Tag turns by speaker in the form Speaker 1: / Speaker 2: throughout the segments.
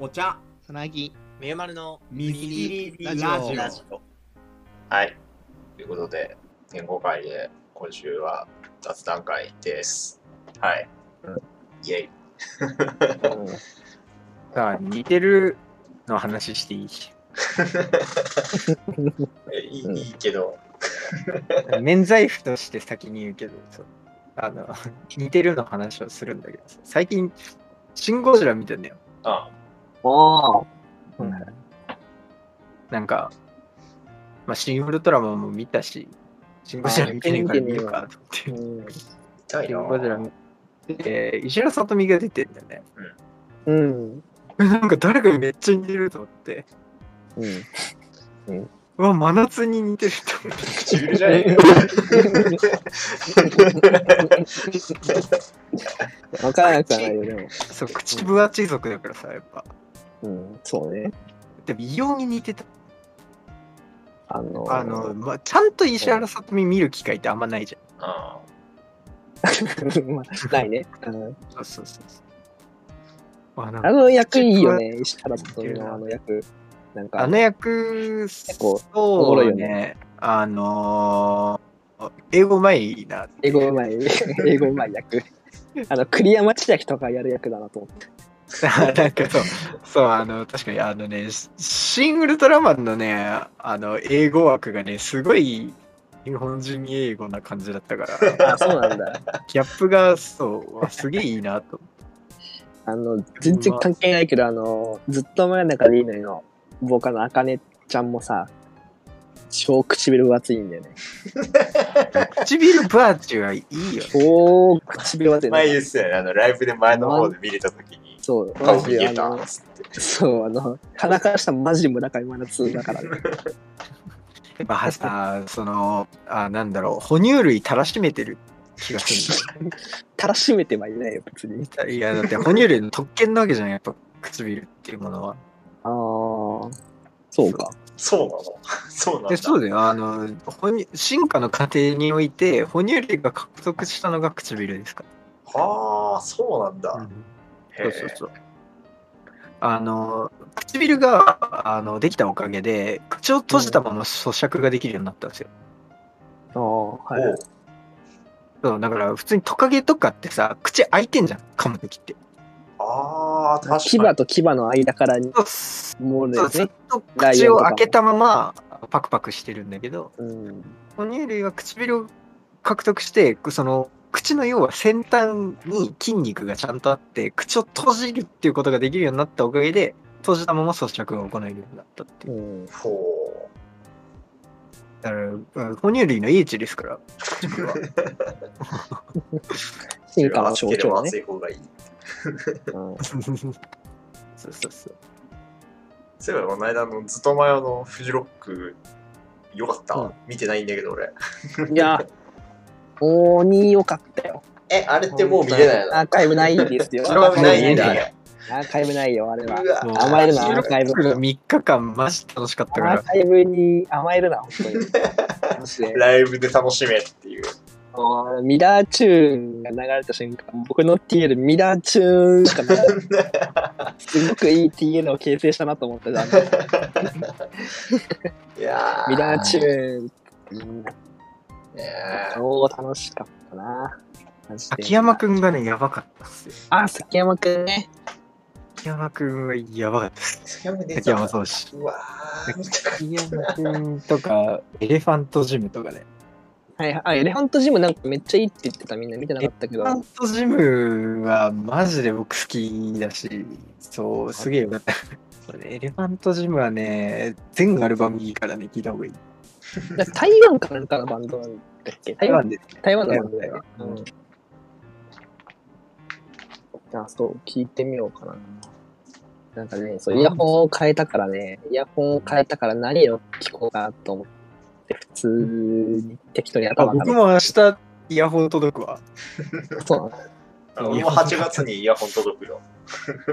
Speaker 1: お茶、
Speaker 2: さなぎ。
Speaker 3: みゆまるの
Speaker 1: ミステリーラジ
Speaker 2: ラジオ
Speaker 1: オ。
Speaker 3: ラジオ。
Speaker 4: はい。ということで、言語会で今週は雑談会です。はい。イェイ。
Speaker 5: さあ、似てるの話していいし。
Speaker 4: えいいいいけど、
Speaker 5: 免罪符として先に言うけど、そうあの似てるの話をするんだけどさ、最近、シン・ゴジラ見てんだよ。
Speaker 4: あ
Speaker 3: おー。
Speaker 5: うんなんか、まあ、シン・ウルトラマンも見たし、シン・ゴジラ見てねえから見るかと思って。
Speaker 2: うん。
Speaker 4: 痛い
Speaker 5: シ
Speaker 4: な
Speaker 5: ン・。ゴジラ見て、石原さとみが出てんだよね。
Speaker 2: うん。
Speaker 5: なんか誰かにめっちゃ似てると思って、
Speaker 2: うん。
Speaker 5: うわ、真夏に似てると思って。
Speaker 4: 唇じゃねえよ。
Speaker 2: わからなくはないよ、でも。
Speaker 5: そう、口分厚い族だからさ、やっぱ。
Speaker 2: うん。そうね。
Speaker 5: でも異様に似てた。
Speaker 2: あのー、
Speaker 5: あの、まあ、ちゃんと石原さとみ見る機会ってあんまないじゃ
Speaker 4: あ
Speaker 2: まあ、ないね。うん
Speaker 5: ん。そうそうそうそう。あなん
Speaker 2: あ
Speaker 5: か
Speaker 2: の役いいよね、石原さとみのあの役。なんか、
Speaker 5: あの役、
Speaker 2: 構おも
Speaker 5: そ
Speaker 2: ろ
Speaker 5: う
Speaker 2: いよ
Speaker 5: ね。あのー、英語うまいな。
Speaker 2: 英語うまい、 英語うまい役。あの、栗山千明とかやる役だなと思って。
Speaker 5: なんかそう、そう、あの、確かにあのね、シシン・ウルトラマンのね、あの、英語枠がね、すごい日本人英語な感じだったから、
Speaker 2: あ、そうなんだ。
Speaker 5: ギャップが、そううわ、すげえいいなと。
Speaker 2: あの、全然関係ないけど、あの、ずっと前の中でいいのよ。ボーカルのあかねちゃんもさ、超唇分厚いんだよね。
Speaker 5: 唇バーチュはいいよ。
Speaker 2: 超唇分厚
Speaker 4: あ
Speaker 2: いな
Speaker 4: 前言ってたよね、あのライブで前の方で見れたときに、
Speaker 2: そう、マ
Speaker 4: 顔
Speaker 2: ジ
Speaker 4: 見
Speaker 2: で、
Speaker 4: え
Speaker 2: あ
Speaker 4: たっ
Speaker 2: の、
Speaker 4: つって。
Speaker 2: そう、あの、鼻からしたらマジで村上真夏だからね。
Speaker 5: まあ、さそのあなんだろう哺乳類たらしめてる気がす
Speaker 2: たらしめてはいないよ、別に。
Speaker 5: るいやだって哺乳類の特権なわけじゃんやっぱ唇っていうものは
Speaker 2: ああ、そうか。
Speaker 4: そうなのそうなんだ。
Speaker 5: でそうだよあの哺乳進化の過程において哺乳類が獲得したのが唇ですか
Speaker 4: はあ、そうなんだ。
Speaker 5: ら、
Speaker 4: へ
Speaker 5: そ
Speaker 4: え
Speaker 5: うそうそうあの唇があのできたおかげで口を閉じたまま咀嚼ができるようになったんですよ、
Speaker 2: ああ、はい。
Speaker 4: おう
Speaker 5: そうだから普通にトカゲとかってさ口開いてんじゃん噛む時って
Speaker 4: ああ、確かに。
Speaker 2: 牙と牙の間からに
Speaker 5: そうす
Speaker 2: もうね
Speaker 5: そう、ずっと口を開けたままパクパクしてるんだけど
Speaker 2: うん、、
Speaker 5: 哺乳類は唇を獲得してその口の要は先端に筋肉がちゃんとあって口を閉じるっていうことができるようになったおかげで閉じたまま咀嚼が行えるようになったっていううん
Speaker 4: ほ
Speaker 5: だからうん哺乳類の英知です から唇は
Speaker 4: う。
Speaker 2: 進化の象
Speaker 4: ければ
Speaker 2: 徴
Speaker 4: 熱
Speaker 2: ね。
Speaker 4: い方がいい。
Speaker 2: うん
Speaker 5: そうそうそう
Speaker 4: そういえば、この間のずっと前のフジロック、よかった、
Speaker 2: うん
Speaker 4: 見てないんだけど俺。
Speaker 2: いや、鬼よかったよ。
Speaker 4: え、あれってもう見れないの
Speaker 2: アーカイブないですよ。
Speaker 4: フジロックないんだ。
Speaker 2: アーカイブないよ、あれは。
Speaker 4: うわ
Speaker 5: もう
Speaker 2: 甘えるな、ア
Speaker 5: フ
Speaker 2: ーカイブ。
Speaker 5: 3日間マジ楽しかったか
Speaker 2: アー
Speaker 5: ら
Speaker 2: カイブに甘えるな、本当に。マジで
Speaker 4: ライブで楽しめっていう。
Speaker 2: あのミラーチューンが流れた瞬間、僕の TL ミラーチューンしかない。 すごくいい TL を形成したなと思ってたんで。
Speaker 4: いや
Speaker 2: ミラーチューン。うん、
Speaker 4: いやー
Speaker 2: 超楽しかったな。マジで
Speaker 5: 秋山くんがねやばかったっすよ
Speaker 2: あ、崎山くんね。
Speaker 5: 秋山くんはやばかったっす
Speaker 4: それも出て
Speaker 5: 秋
Speaker 4: た
Speaker 5: 山総司
Speaker 4: うわー見た
Speaker 5: 秋山くんとかエレファントジムとかね
Speaker 2: はいはい。あ、エレファントジムなんかめっちゃいいって言ってた。みんな見てなかったけ
Speaker 5: エ
Speaker 2: ど
Speaker 5: レフ。ァントジムはマジで僕好きだし、そう、すげえよかった。そうねエレファントジムはね、全アルバムいいからね、聞いた方がいい。
Speaker 2: だ台湾かなんかのバンドなんだっけ台湾
Speaker 5: です。
Speaker 2: 台湾のバンドだよね。
Speaker 5: 台湾台
Speaker 2: うん。あ、そう、聞いてみようかな。なんかね、そう、イヤホンを変えたからね、イヤホンを変えたから何を聞こうかなと思って、普通に適当に
Speaker 5: あ
Speaker 2: 頭が
Speaker 5: 僕も明日イヤホン届くわ。
Speaker 2: そう
Speaker 4: あ俺も8月にイヤホン届くよ。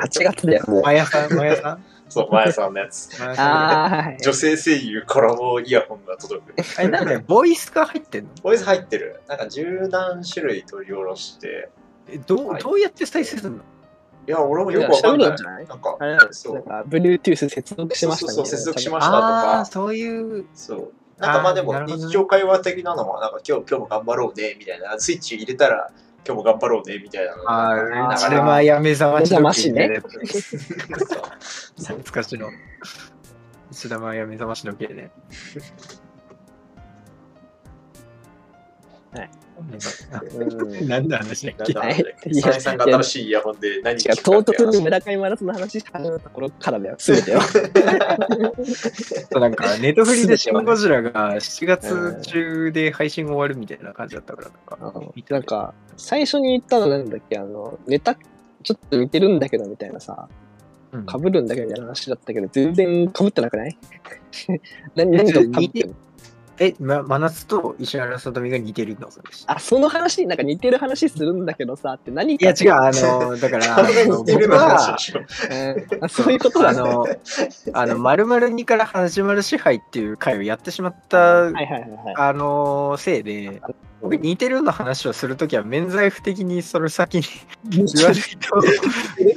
Speaker 2: 8月だよ。
Speaker 5: まやさん、まやさん。
Speaker 4: そう、前さんのやつ。
Speaker 5: まやさん
Speaker 2: あーはい。
Speaker 4: 女性声優からのイヤホンが届く。
Speaker 5: あれなんだよ、ボイスが入ってんの
Speaker 4: ボイス入ってる。なんか十何種類取り下ろして、
Speaker 5: えどう
Speaker 4: はい
Speaker 5: どうやって再生するの
Speaker 4: いや、俺も
Speaker 2: い
Speaker 4: よ
Speaker 2: や
Speaker 4: くわかん
Speaker 2: 喋
Speaker 4: な
Speaker 2: る
Speaker 4: い
Speaker 2: んじ。ゃない
Speaker 4: なんか
Speaker 2: あ、れなんです
Speaker 4: そう
Speaker 2: なんか、Bluetooth 接続しました
Speaker 4: そう
Speaker 2: みたい
Speaker 4: そ
Speaker 2: な。
Speaker 4: うそう接続しました
Speaker 5: ああ、そういう。
Speaker 4: そう。なんかまあで
Speaker 5: あーな
Speaker 4: も
Speaker 5: るほどね
Speaker 4: 日常会話的なのは、なんか今日今日も頑張ろうねみたいな、スイッチ入れたら今日も頑張ろうねみたいなのが。
Speaker 5: あ
Speaker 4: なん
Speaker 5: あ、
Speaker 4: か
Speaker 5: そ
Speaker 4: ね
Speaker 5: れはやめざまし時
Speaker 2: 目覚ましね。
Speaker 4: そう
Speaker 5: 懐かしの。石田麻也目覚ましの系ね。
Speaker 2: はい
Speaker 5: なん
Speaker 2: うん
Speaker 5: か。何の話だっ
Speaker 4: なん
Speaker 5: け
Speaker 4: だなんだっけ
Speaker 2: いや
Speaker 4: サイさんが新しいイヤホンで何
Speaker 2: 違
Speaker 4: 聞
Speaker 2: う、
Speaker 4: くか
Speaker 2: 唐
Speaker 4: って
Speaker 2: 突
Speaker 4: 話
Speaker 2: に村上村田の話し始めたところからだよ、すべては。
Speaker 5: なんか、ネットフリでシン・ゴジラが7月中で配信終わるみたいな感じだったから、なんか、見て
Speaker 2: なんか、最初に言ったのなんだっけ、あの、ネタ、ちょっと似てるんだけどみたいなさ、
Speaker 5: うん
Speaker 2: 被るんだけどみたいな話だったけど、全然被ってなくない 何何が被ってんの
Speaker 5: え、ま、真夏と石原さとみが似てるのい
Speaker 2: あ、その話、なんか似てる話するんだけどさ、って何か。
Speaker 5: や、違う、あの、だ から、あ
Speaker 4: 体に
Speaker 5: の
Speaker 4: 似てる
Speaker 5: 僕
Speaker 4: の話
Speaker 5: は
Speaker 4: で、しょ。
Speaker 2: うんあそういうことだ
Speaker 5: あ
Speaker 2: ね。
Speaker 5: の、あの、まる2から始まる支配っていう回をやってしまった、
Speaker 2: はいはいはいはい。
Speaker 5: あの、せいで、僕、似てるの話をするときは、免罪符的にそれ先に言わない と、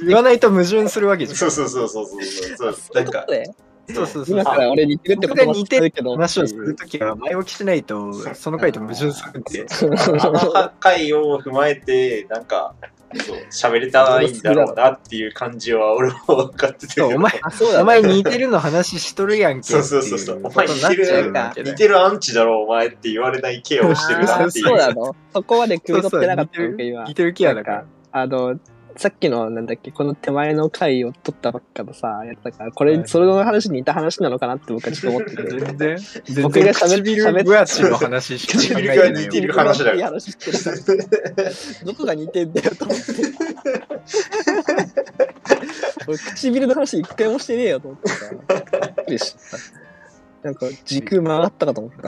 Speaker 5: 言わないと矛盾するわけじゃん。
Speaker 4: そうそうそうそうそうそう。
Speaker 2: そう
Speaker 4: な
Speaker 2: いうんこ
Speaker 4: か
Speaker 2: と、ね
Speaker 5: そうそうそう
Speaker 2: 今から俺似てるってこ
Speaker 5: 僕
Speaker 2: と
Speaker 5: が
Speaker 2: は
Speaker 5: 似てる
Speaker 2: けど
Speaker 5: 話をす るときは前置きしないと、その回と矛盾するんで。
Speaker 4: あの回を踏まえて、なんか、そう喋れたらいいんだろうなっていう感じは俺も分かってて。
Speaker 5: そうお前
Speaker 2: あ、そうだ、
Speaker 5: お
Speaker 2: ね。
Speaker 5: 前似てるの話しとるやんけってい
Speaker 4: そううそうそうそう
Speaker 5: ことになっちゃうわけだ
Speaker 4: 似
Speaker 5: よ
Speaker 4: てるアンチだろ、お前って言われないケアをしてる
Speaker 2: あ
Speaker 4: な
Speaker 2: ー
Speaker 4: ってい
Speaker 2: そう
Speaker 4: う。
Speaker 2: だのそこまで汲み取ってなかった
Speaker 5: そうそ
Speaker 2: の
Speaker 5: う
Speaker 2: か、今
Speaker 5: 似。てる気やだから。
Speaker 2: あの、さっきの、なんだっけ、この手前の回を取ったばっかのさ、やったから、これ、
Speaker 5: はい
Speaker 2: それの話に似た話なのかなって僕はちょっと思ってて。
Speaker 5: 全然。全
Speaker 2: 僕が
Speaker 5: 然
Speaker 2: 喋っ
Speaker 5: 唇分厚の話しか考
Speaker 4: 唇
Speaker 5: えてない
Speaker 4: が
Speaker 5: よ
Speaker 4: 似てる話だよ
Speaker 2: いい話してるからどこが似てんだよと思って。 俺唇の話一回もしてねえよと思ってさ。びっくりした。なんか、時空回ったかと思 っ た。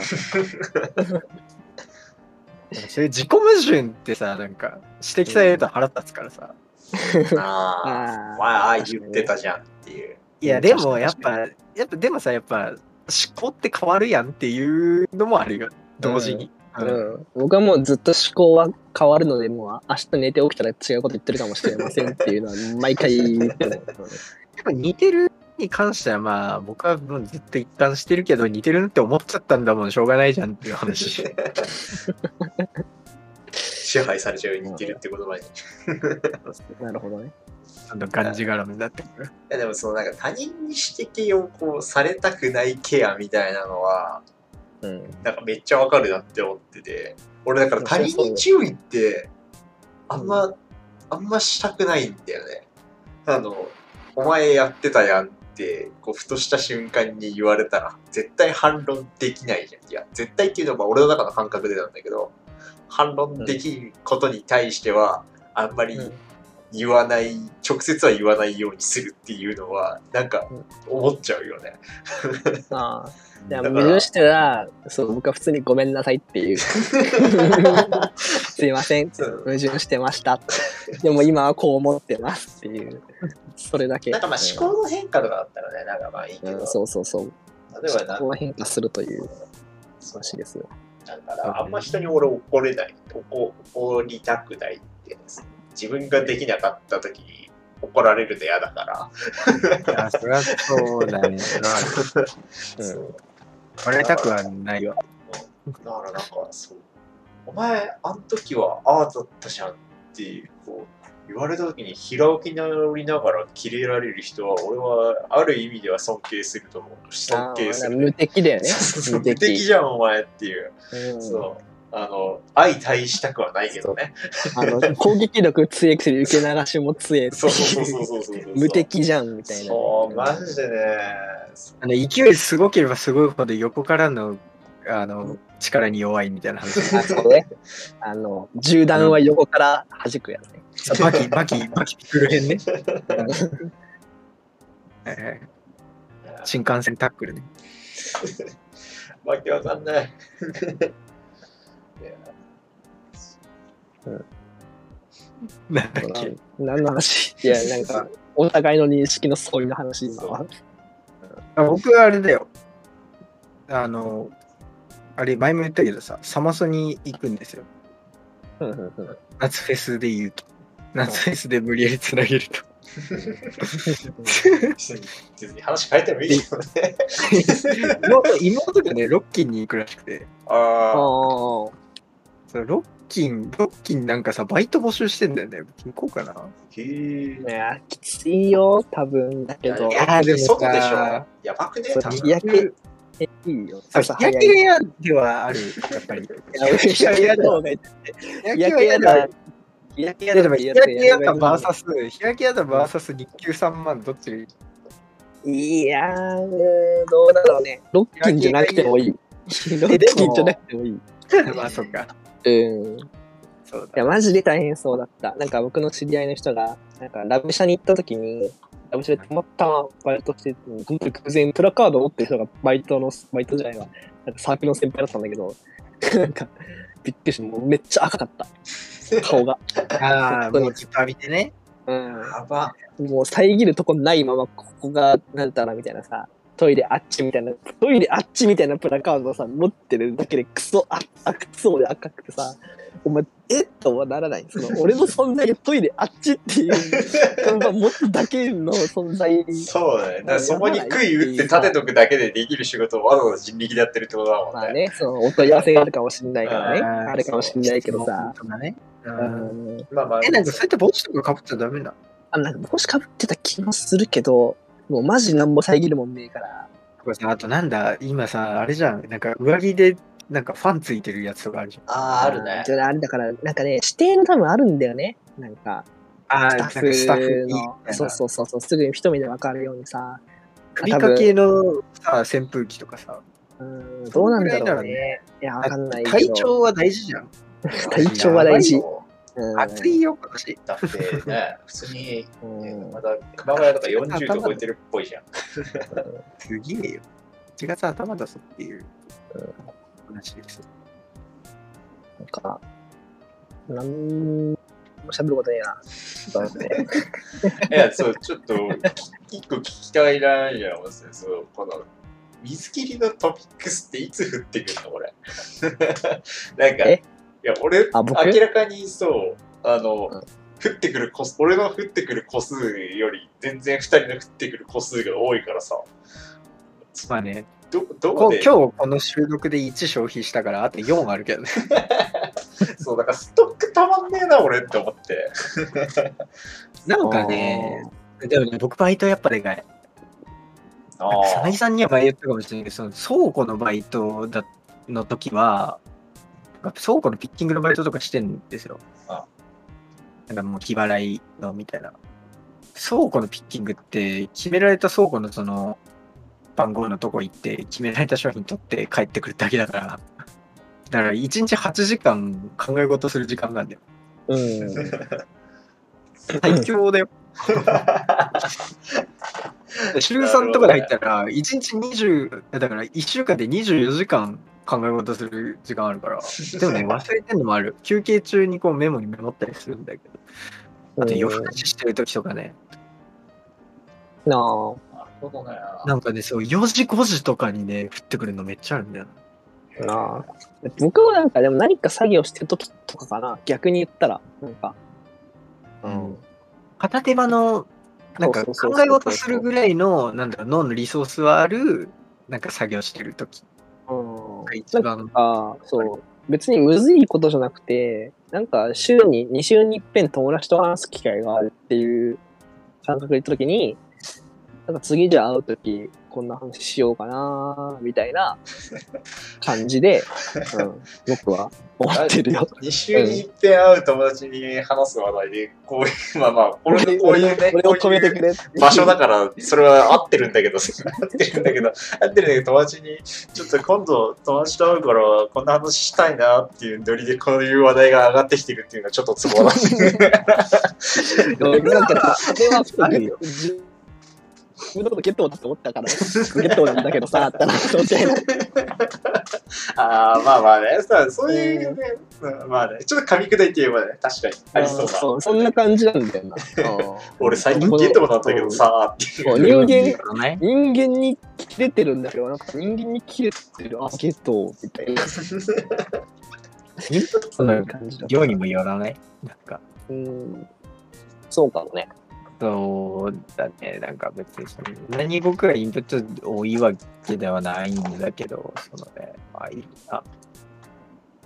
Speaker 5: そういう自己矛盾ってさ、なんか、指摘されると腹立つからさ。
Speaker 4: あ
Speaker 2: あ
Speaker 4: あ、
Speaker 2: ー
Speaker 4: まあ、言ってたじゃんっていう。
Speaker 5: いや、でもやっぱ、やっぱ、でもさ、やっぱ、思考って変わるやんっていうのもあるよ。同時に。
Speaker 2: うん、僕はもうずっと思考は変わるので、もう明日寝て起きたら違うこと言ってるかもしれませんっていうのは毎回言ってる。
Speaker 5: やっぱ似てるに関してはまあ僕はもうずっと一旦してるけど似てるって思っちゃったんだもんしょうがないじゃんっていう 話
Speaker 4: 支配されちゃう似てるって言葉に。い
Speaker 2: なるほどね。
Speaker 5: あのがんじがらめになってくる
Speaker 4: やでもそのなんか他人に指摘をこうされたくないケアみたいなのは、
Speaker 2: うん。
Speaker 4: なんかめっちゃわかるなって思ってて。俺だから他人に注意って、あんま、あんましたくないんだよね。あの、お前やってたやんって、こう、ふとした瞬間に言われたら、絶対反論できないじゃん。いや、絶対っていうのはまあ俺の中の感覚でなんだけど、反論できることに対しては、あんまり
Speaker 2: うん
Speaker 4: 言わない、直接は言わないようにするっていうのは、なんか
Speaker 2: うん、
Speaker 4: 思っちゃうよね。
Speaker 2: ああ。じゃあ、
Speaker 4: だか
Speaker 2: 矛
Speaker 4: ら
Speaker 2: 盾してたら、そう、僕は普通にごめんなさいって いう。すいません。
Speaker 4: そう
Speaker 2: 矛盾してました。でも今はこう思ってますっていう。それだけ。
Speaker 4: なんかまあ思考の変化とかだったらね、なんかまあいいけ
Speaker 2: うん、
Speaker 4: ど、
Speaker 2: うんそうそうそう。
Speaker 4: 例えばなん
Speaker 2: 思考が変化するという
Speaker 4: そう
Speaker 2: 話ですよ。
Speaker 4: だから、あんま人に俺怒れない、怒怒りたくないってです、自分ができなかった時に怒られるの嫌だ から。
Speaker 5: あそりゃそうだ ね
Speaker 2: うん
Speaker 4: そう
Speaker 5: 割れたくはないわ
Speaker 4: だからなんか、そう、お前、あの時はああだったじゃんっていう、こう、言われた時に平置き直りながらキレられる人は、俺はある意味では尊敬すると思う。尊敬す
Speaker 2: ああ
Speaker 4: る。
Speaker 2: 無敵だよね
Speaker 4: そうそう。そう
Speaker 2: 無
Speaker 4: 無敵
Speaker 2: 敵。
Speaker 4: じゃん、お前っていう。
Speaker 2: う ん
Speaker 4: そう。あの、相対したくはないけどね。
Speaker 2: あの攻撃力強いくせに受け流しも強いって
Speaker 4: そう
Speaker 2: い
Speaker 4: そう
Speaker 2: う
Speaker 4: そうそうそうそう。
Speaker 2: 無敵じゃんみたいなね。
Speaker 4: そう、マジでね。
Speaker 5: あの勢いすごければすごいほど横からのあの力に弱いみたいな 話
Speaker 2: あそうね。あの、銃弾は横から弾くやつね。
Speaker 5: バキバキバキピクル編ね、はいはい新幹線タックルね
Speaker 4: わけわかんない。いや
Speaker 5: なんだっけ
Speaker 2: 何の話いや、なんか、お互いの認識の相違の話今は。
Speaker 5: あ僕はあれだよ。あの、あれ、前も言ったけどさ、サマソに行くんですよ。
Speaker 2: うんうんうん
Speaker 5: 夏フェスで言うと。夏フェスで無理やりつなげると。
Speaker 4: 別に別に話変えてもいいけどね。
Speaker 5: 妹妹がね、ロッキンに行くらしくて、
Speaker 2: あ
Speaker 4: ああ、
Speaker 2: あ。
Speaker 5: そのロッキン、ロッキンなんかさ、バイト募集してんだよね。行こうかな。
Speaker 4: へえ。
Speaker 2: いや、きついよ、多分だけど。
Speaker 4: いや、でも外でしょ
Speaker 5: さ。
Speaker 4: やばくね、
Speaker 2: そう
Speaker 4: 多
Speaker 2: 日
Speaker 4: 分。
Speaker 2: 焼け、えいいよ。朝早
Speaker 5: 焼
Speaker 2: い
Speaker 5: き屋ではある、やっぱり。
Speaker 2: いやいやいやそうね
Speaker 5: 焼
Speaker 2: 日焼け
Speaker 5: 屋
Speaker 2: や
Speaker 5: ではある
Speaker 2: だ。日焼け
Speaker 5: い
Speaker 2: や
Speaker 5: やで
Speaker 2: だ
Speaker 5: も
Speaker 2: っ
Speaker 5: 日
Speaker 2: てや
Speaker 5: 焼
Speaker 2: つ
Speaker 5: け屋だ
Speaker 2: やめられな
Speaker 5: VS 日焼け屋だ VS 日給3万どっち がいい
Speaker 2: いいやー、どうだろうね。ロッキンじゃなくてもいい。ロッキンじゃなくてもいい。
Speaker 5: まあそっか。
Speaker 2: うん。
Speaker 5: そう
Speaker 2: いや、マジで大変そうだった。なんか僕の知り合いの人が、なんかラブシャに行った時に、ラブシャでたまたまバイトしてて、本当に偶然プラカードを持ってる人がバイトの、バイトじゃないわ、なんかサークルの先輩だったんだけど、なんか、びっくりして、もうめっちゃ赤かった。顔が。
Speaker 5: だ。ああ、もうちょっと浴びてね。
Speaker 2: う
Speaker 4: やば。
Speaker 2: ん。もう遮るとこないまま、ここが、なんだな、みたいなさ、トイレあっちみたいな、トイレあっちみたいなプラカードをさ、持ってるだけでクソ、あ、赤そうで赤くてさ、お前、えっとはならない。その、俺の存在がトイレあっちっていう看板持つだけの存在
Speaker 4: そうだね。だからそこに杭打って立てとくだけでできる仕事をわざわざ人力でやってるってことだもんね。
Speaker 2: まあね、そのお問い合わせがあるかもしれないからね、
Speaker 5: あー
Speaker 2: あるかもしれないけどさ。
Speaker 5: そうだね。う
Speaker 2: うんん、
Speaker 4: まあまあ、
Speaker 5: え、なんかそうやって帽子とかかぶっちゃダメな
Speaker 2: あなんか帽子かぶってた気もするけど、もうマジなんも遮るもんねえから。
Speaker 5: とかさ、あとなんだ、今さ、あれじゃん、なんか上着で、なんかファンついてるやつとかあるじゃん。
Speaker 4: ああ、あるね。
Speaker 2: じゃああれだから、なんかね、指定の多分あるんだよね。なんか、
Speaker 5: あ
Speaker 2: ス
Speaker 5: あ、
Speaker 2: タ
Speaker 5: なん
Speaker 2: ッ
Speaker 5: か
Speaker 2: フの。
Speaker 5: スタッフに。
Speaker 2: そうそうそうそう、すぐに一目でわかるようにさ。
Speaker 5: 首掛けのさ、扇風機とかさ、
Speaker 2: うん、どうなんだ
Speaker 5: どんぐらいな
Speaker 2: ろ
Speaker 5: ら
Speaker 2: うね
Speaker 5: ね。
Speaker 2: いや、わかんないけど。
Speaker 5: 体調は大事じゃん。
Speaker 2: 体調は大事
Speaker 4: やばいよ
Speaker 2: うん、
Speaker 5: 暑いよ、今年。
Speaker 4: だってね、普通に、
Speaker 2: うん
Speaker 4: まだ熊谷とか40度超えてるっぽいじゃん。
Speaker 5: すげえよ。1月頭だぞっていう
Speaker 2: うん
Speaker 5: 話です。
Speaker 2: なんか、なんも喋ることねえな。ちょっと待って。
Speaker 4: いや、そう、ちょっと、き一個聞きたいなーじゃん、そう、この、水切りのトピックスっていつ降ってくるの、これ。 なんか、い
Speaker 2: え
Speaker 4: や、俺、
Speaker 2: あ僕
Speaker 4: 明らかにそう、あの、
Speaker 2: うん
Speaker 4: 降ってくる個数、俺の降ってくる個数より、全然二人の降ってくる個数が多いからさ、
Speaker 5: まあね、
Speaker 4: ど、どこ
Speaker 5: こ
Speaker 4: で、
Speaker 5: 今日この収録で1消費したから、あと4あるけどね。
Speaker 4: そう、だからストックたまんねえな、俺って思って。
Speaker 5: なんかね、でもね、僕バイトやっぱでかい。
Speaker 4: あ
Speaker 5: なんか佐々
Speaker 4: あ
Speaker 5: 木さんには前言ったかもしれないけど、その倉庫のバイトだの時は、なんか倉庫のピッキングのバイトとかしてんですよ
Speaker 4: あ。
Speaker 5: なんかもう日払いのみたいな。倉庫のピッキングって、決められた倉庫のその番号のとこ行って、決められた商品取って帰ってくるだけだから。だから1日8時間考え事する時間なんだよ。
Speaker 2: うん。
Speaker 5: 最強 だよ。週3とかで入ったら、1日20、だから1週間で24時間考え事する時間あるから、で もね、忘れてんのもある。休憩中にこうメモにメモったりするんだけど、あと夜更かししてる時とかね、
Speaker 2: なあ。
Speaker 4: なるほどね。
Speaker 5: なんかね、そう4時、5時とかにね、降ってくるのめっちゃあるんだよな。
Speaker 2: なあ。僕はなんかでも何か作業してる時とかかな。逆に言ったら、なんか。
Speaker 5: うん片手間の、なんか
Speaker 2: そうそうそうそう
Speaker 5: 考え事するぐらいの、なんだろう、脳のリソースはある、なんか作業してる時
Speaker 2: うん。
Speaker 5: が一
Speaker 2: なんか、
Speaker 5: 番、
Speaker 2: そう。別にむずいことじゃなくて、なんか週に、2週に一遍友達と話す機会があるっていう感覚で言った時に、なんか次じゃあ会う時、こんな話しようかな、みたいな感じで、うん、僕は思ってるよ。
Speaker 4: 2週に一遍会う友達に話す話題で、こういう、まあまあ、俺のこういうね、
Speaker 2: 俺を止めてく
Speaker 4: こういう
Speaker 2: れ。
Speaker 4: 場所だから、それは合ってるんだけど、合ってるんだけど、合ってるんだけど、友達に、ちょっと今度友達と会うから、こんな話したいなっていうノリで、こういう話題が上がってきてるっていうのはちょっとツボなんで。
Speaker 2: なんか、それは
Speaker 5: あるよ
Speaker 2: 自分のことゲットだと思ったから、ゲットなんだけどさ、ってなって思っちゃう
Speaker 4: ああ、まあまあね、さそういうね、うんまあね、ちょっと噛み砕いて言えばね、確かに、ありそうだ。
Speaker 2: そうそんな感じなんだよ な。
Speaker 4: 俺最近ゲットもだったけどさーっていう。
Speaker 2: もう人間、
Speaker 5: 間、ね、
Speaker 2: 人間に切れてるんだけど、なんか人間に切れてる、あ、ゲットみたいな。そんな感じだった
Speaker 5: 量にもよらないなんか、
Speaker 2: うん。そうかもね。
Speaker 5: そうだね、なんか別にその何僕がインプット多いわけではないんだけど、そのね、まあいろんな、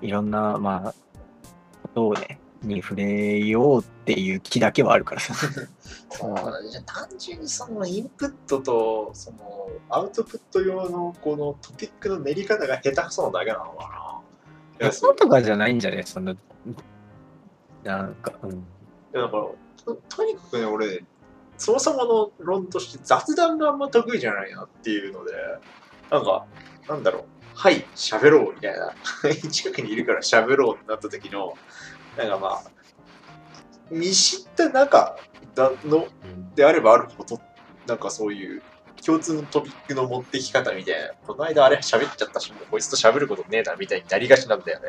Speaker 5: いろんな、まあ、ことをね、に触れようっていう気だけはあるからさ。
Speaker 2: あ
Speaker 4: じゃあ単純にそのインプットとそのアウトプット用のこのトピックの練り方が下手くそなだけなのかな。いや、そ
Speaker 5: そう
Speaker 4: う
Speaker 5: とかじゃないんじゃねその、なんか、うん。
Speaker 4: いやだからととにかくね、俺、そもそもの論として雑談があんま得意じゃないなっていうので、なんか、なんだろう、はい、喋ろうみたいな、 近くにいるから喋ろうってなった時の、なんかまあ、見知った中だのであればあるほど、なんかそういう共通のトピックの持ってき方みたいな、この間あれ喋っちゃったし、もうこいつと喋ることねえなみたいになりがちなんだよね。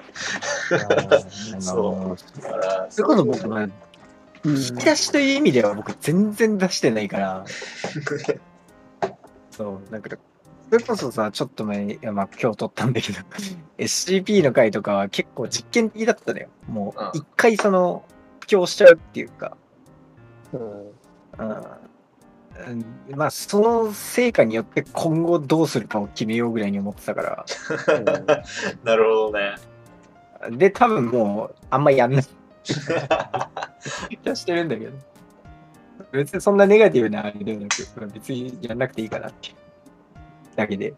Speaker 5: そう。
Speaker 4: だから、
Speaker 5: それこそ僕は、引き出しという意味では僕全然出してない から、そう、なんか、それこそさ、ちょっと前、いやまあ今日撮ったんだけど、SCP の回とかは結構実験的だったのよ。も
Speaker 4: うん
Speaker 5: う、一回その、布教しちゃうっていうか、
Speaker 2: うん。
Speaker 5: うん、うんまあその成果によって今後どうするかを決めようぐらいに思ってたから、
Speaker 4: なるほどね。
Speaker 5: で、多分もう、あんまやんない。気はしてるんだけど。別にそんなネガティブなあれではなく、別にやんなくていいかなっていう。だけで。だ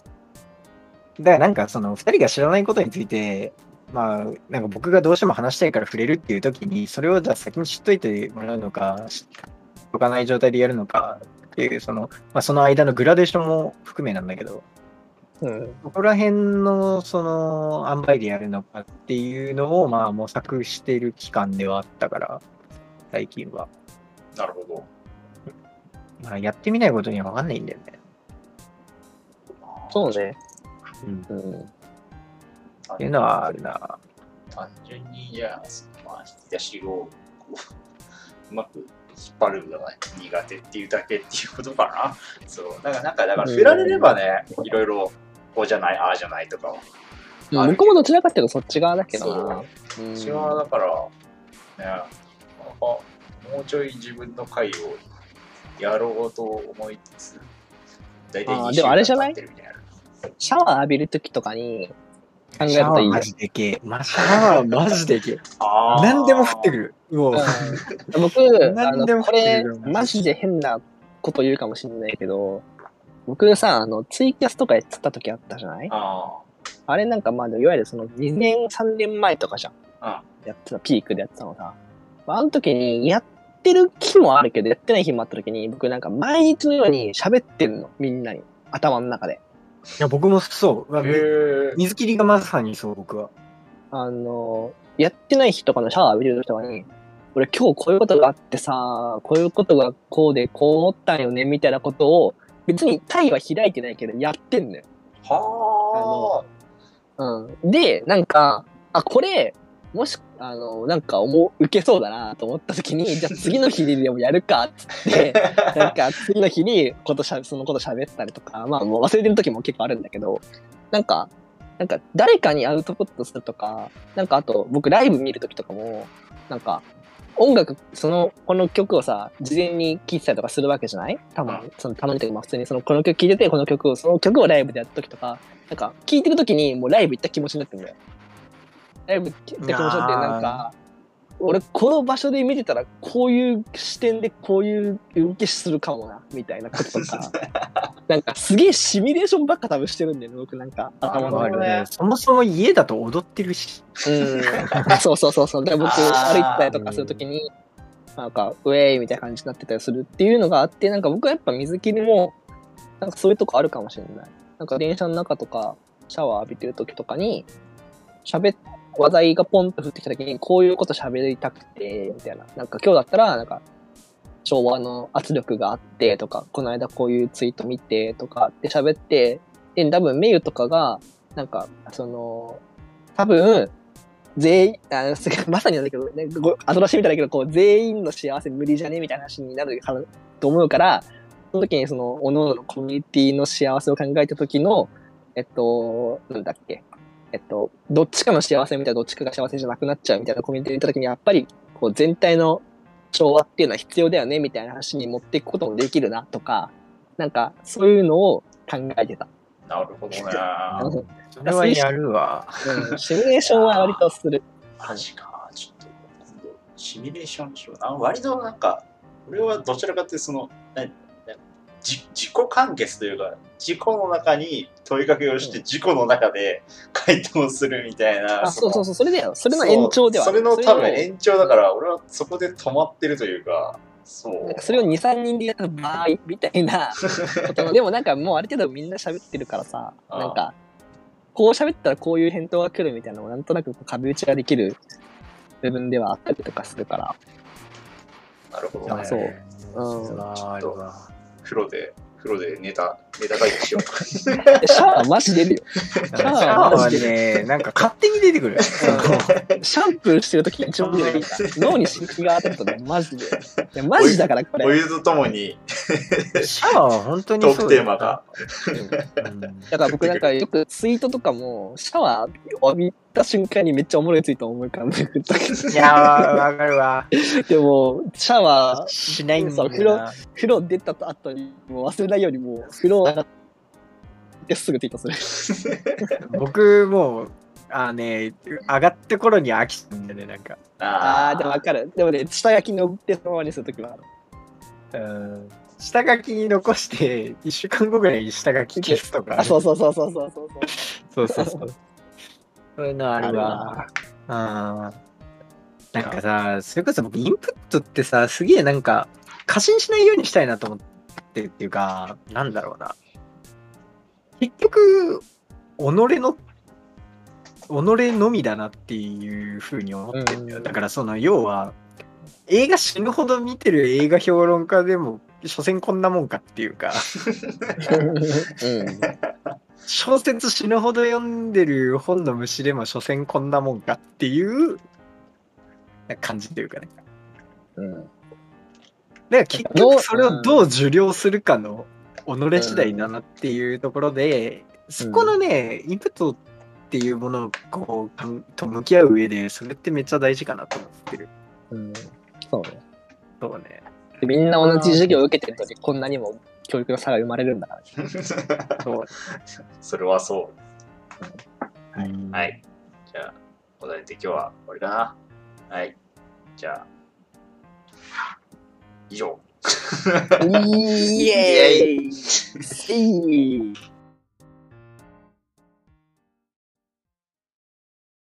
Speaker 5: からなんか、その、二人が知らないことについて、まあ、なんか僕がどうしても話したいから触れるっていう時に、それをじゃあ先に知っといてもらうのか、知っとかない状態でやるのかっていう、その、まあその間のグラデーションも含めなんだけど、
Speaker 2: うん。
Speaker 5: そこら辺の、その、塩梅でやるのかっていうのを、まあ、模索してる期間ではあったから、最近は。
Speaker 4: なるほど。
Speaker 5: まあ、やってみないことには分かんないんだよね。
Speaker 2: そうね。
Speaker 5: うん。っ
Speaker 2: うん。
Speaker 5: ていうのはあるな。
Speaker 4: 単純にじゃあ、そのまあ、引き出しをこ ううまく引っ張るのが苦手っていうだけっていうことかな。そう。だから、なんか、だから、
Speaker 2: うん
Speaker 4: 振られればね、いろいろ、こうじゃない、ああじゃないとかを。ある
Speaker 2: 僕もどちらかっていうとそっち側だけどな。うん
Speaker 4: 私は、だから、ね、なんかもうちょい自分の回をやろうと思いつつ、大体
Speaker 2: あ
Speaker 4: 2
Speaker 2: ー
Speaker 4: 週
Speaker 2: でもあれじゃ
Speaker 4: 間
Speaker 2: な
Speaker 4: 経
Speaker 2: い
Speaker 4: ってるみたいな。
Speaker 2: シャワー浴びるときとかに考えるといいよ
Speaker 5: マ。ジでけえ。まあ、シャワーマジでけえ。
Speaker 4: あー
Speaker 5: 何でも降ってくる。もう。
Speaker 2: うん僕、あ
Speaker 5: 何
Speaker 2: の
Speaker 5: でも
Speaker 2: こ
Speaker 5: 入って
Speaker 2: れ
Speaker 5: くるよ、
Speaker 2: マジで変なこと言うかもしれないけど、僕さ、あの、ツイキャスとかやってた時あったじゃない
Speaker 4: あ
Speaker 2: あれなんかまあ、いわゆるその2年、3年前とかじゃん。
Speaker 4: あ
Speaker 2: やってた、ピークでやってたのさ。まあ、あの時に、やってる日もあるけど、やってない日もあった時に、僕なんか毎日のように喋ってるの、みんなに。頭の中で。
Speaker 5: いや、僕もそう。まあ
Speaker 4: ー。へ
Speaker 5: 水切りがまさにそう、僕は。
Speaker 2: あの、やってない日とかのシャワー浴びてる時とかに、俺今日こういうことがあってさ、こういうことがこうでこう思ったんよね、みたいなことを、別にタイは開いてないけど、やってんのよ。
Speaker 4: ー。は
Speaker 2: うん。で、なんか、あ、これ、もし、あの、なんか思う、受けそうだなと思った時に、じゃあ次の日にでもやるか、っつって、なんか次の日にことしゃ、そのこと喋ったりとか、まあもう忘れてる時も結構あるんだけど、なんか、なんか誰かにアウトプットするとか、なんかあと僕ライブ見る時とかも、なんか音楽、その、この曲をさ、事前に聴いてたりとかするわけじゃないたまに、その、たまにというか、まあ普通にその、この曲聴いてて、この曲を、その曲をライブでやった時とか、なんか聴いてる時にもうライブ行った気持ちになってんだよ。ライブ行った気持ちになって、なんか、俺この場所で見てたらこういう視点でこういう動きするかもなみたいなこととかなんかすげえシミュレーションばっか多分してるんだよね僕なんか頭の
Speaker 5: わか
Speaker 2: 中
Speaker 5: る
Speaker 2: で。
Speaker 5: ね。そもそも家だと踊ってるし。
Speaker 2: うん、そうそうそうそうだから僕
Speaker 4: あー
Speaker 2: 歩いてたりとかするときになんかウェーイみたいな感じになってたりするっていうのがあってなんか僕はやっぱ水切りもなんかそういうとこあるかもしれないなんか電車の中とかシャワー浴びてる時とかに喋っ話題がポンと降ってきた時にこういうこと喋りたくてみたいななんか今日だったらなんか昭和の圧力があってとかこの間こういうツイート見てとかって喋ってで多分メユとかがなんかその多分全員あのすごいまさになんだけど、ね、ごアドラシみたいだけどこう全員の幸せ無理じゃねみたいな話になるからと思うからその時にその各々のコミュニティの幸せを考えた時のえっとなんだっけえっとどっちかの幸せみたいなどっちかが幸せじゃなくなっちゃうみたいなコミュニティにいた時にやっぱりこう全体の調和っていうのは必要だよねみたいな話に持っていくこともできるなとか、なんかそういうのを考えてた。
Speaker 4: なるほ どね。
Speaker 2: あの
Speaker 5: それはやるわ。
Speaker 2: うん、シミュレーションは割とする。
Speaker 4: マジか。ちょっと、今度、シミュレーションしような。割となんか、俺はどちらかっていうとその、ななじ自己完結というか、自己の中に問いかけをして、
Speaker 2: う
Speaker 4: 自己の中で回答するみたいな。
Speaker 2: あ、そうそう
Speaker 4: そ
Speaker 2: そう、それだよ。それの延長ではあ
Speaker 4: そ
Speaker 2: る
Speaker 4: れの多分
Speaker 2: それを
Speaker 4: 延長だから、俺はそこで止まってるというか、そう。
Speaker 2: なんかそれを2、3人でやった場合みた いなことでもなんかもうある程度みんな喋ってるからさ、
Speaker 4: ああ
Speaker 2: なんか、こう喋ったらこういう返答が来るみたいなのもなんとなくこう壁打ちができる部分ではあったりとかするから、
Speaker 4: なるほど
Speaker 2: あ
Speaker 4: ね。
Speaker 2: そううん
Speaker 5: それはあるわ。
Speaker 4: 風呂で、風呂でネタ、ネタ会議しよう。
Speaker 2: えシ ャワーマジ出るよ。
Speaker 5: シ
Speaker 2: ャ
Speaker 5: ャ
Speaker 2: ワー
Speaker 5: ワーはね、なんか勝手に出てくる。
Speaker 2: シャンプーしてるときが一番出るから脳に刺激が当たるとね、マジで。いやマジだからこ
Speaker 4: お
Speaker 2: れ。
Speaker 4: 湯とともに、
Speaker 5: シャワーは本当に
Speaker 4: トー
Speaker 5: そ
Speaker 4: ク
Speaker 5: うだ
Speaker 4: テ
Speaker 5: よ
Speaker 4: ーマが。
Speaker 5: うん
Speaker 2: だから僕なんかよくツイートとかも、シャワー浴びた瞬間にめっちゃおもろいツイート思い浮かんでくる
Speaker 5: いやー、わかるわ。
Speaker 2: でも、シャワー、
Speaker 5: しないんだ
Speaker 2: そう風
Speaker 5: よな
Speaker 2: 呂。風呂出た後に、もう忘れないようにもう、風呂上がってすぐツイートする。
Speaker 5: 僕、もう、あーね、上がって頃に飽きたんだよね、なんか。
Speaker 2: あー、でもわかる。でもね、下書きのってそのままにするときはある。
Speaker 5: うん下書きに残して、1週間後ぐらいに下書き消すとか。
Speaker 2: あ、そうそうそうそうそうそうそう。
Speaker 5: そうそうそう。そういうのあるわ。あなんかさ、それこそ僕、インプットってさ、すげえなんか、過信しないようにしたいなと思ってっていうか、なんだろうな。結局、己の、己のみだなっていうふうに思ってんだよ。
Speaker 2: うん
Speaker 5: だから、その、要は、映画死ぬほど見てる映画評論家でも、所詮こんなもんかっていうか。
Speaker 2: うん。
Speaker 5: 小説死ぬほど読んでる本の虫でも所詮こんなもんかっていう感じというかね。
Speaker 2: うん。
Speaker 5: だから結
Speaker 2: どう
Speaker 5: 局それをどう受領するかの己次第だなっていうところで、そこのね、インプットっていうものをこうかんと向き合う上で、それってめっちゃ大事かなと思ってる。
Speaker 2: うん。そうね。
Speaker 5: そうね。
Speaker 2: でみんな同じ授業を受けてるとき、こんなにも教育の差が生まれるんだか ら。
Speaker 5: そう。
Speaker 4: それはそ
Speaker 5: はい。
Speaker 4: う。はい。じゃあ、答えて今日は終わりかな。はい。じゃあ、以上。
Speaker 2: イエーイ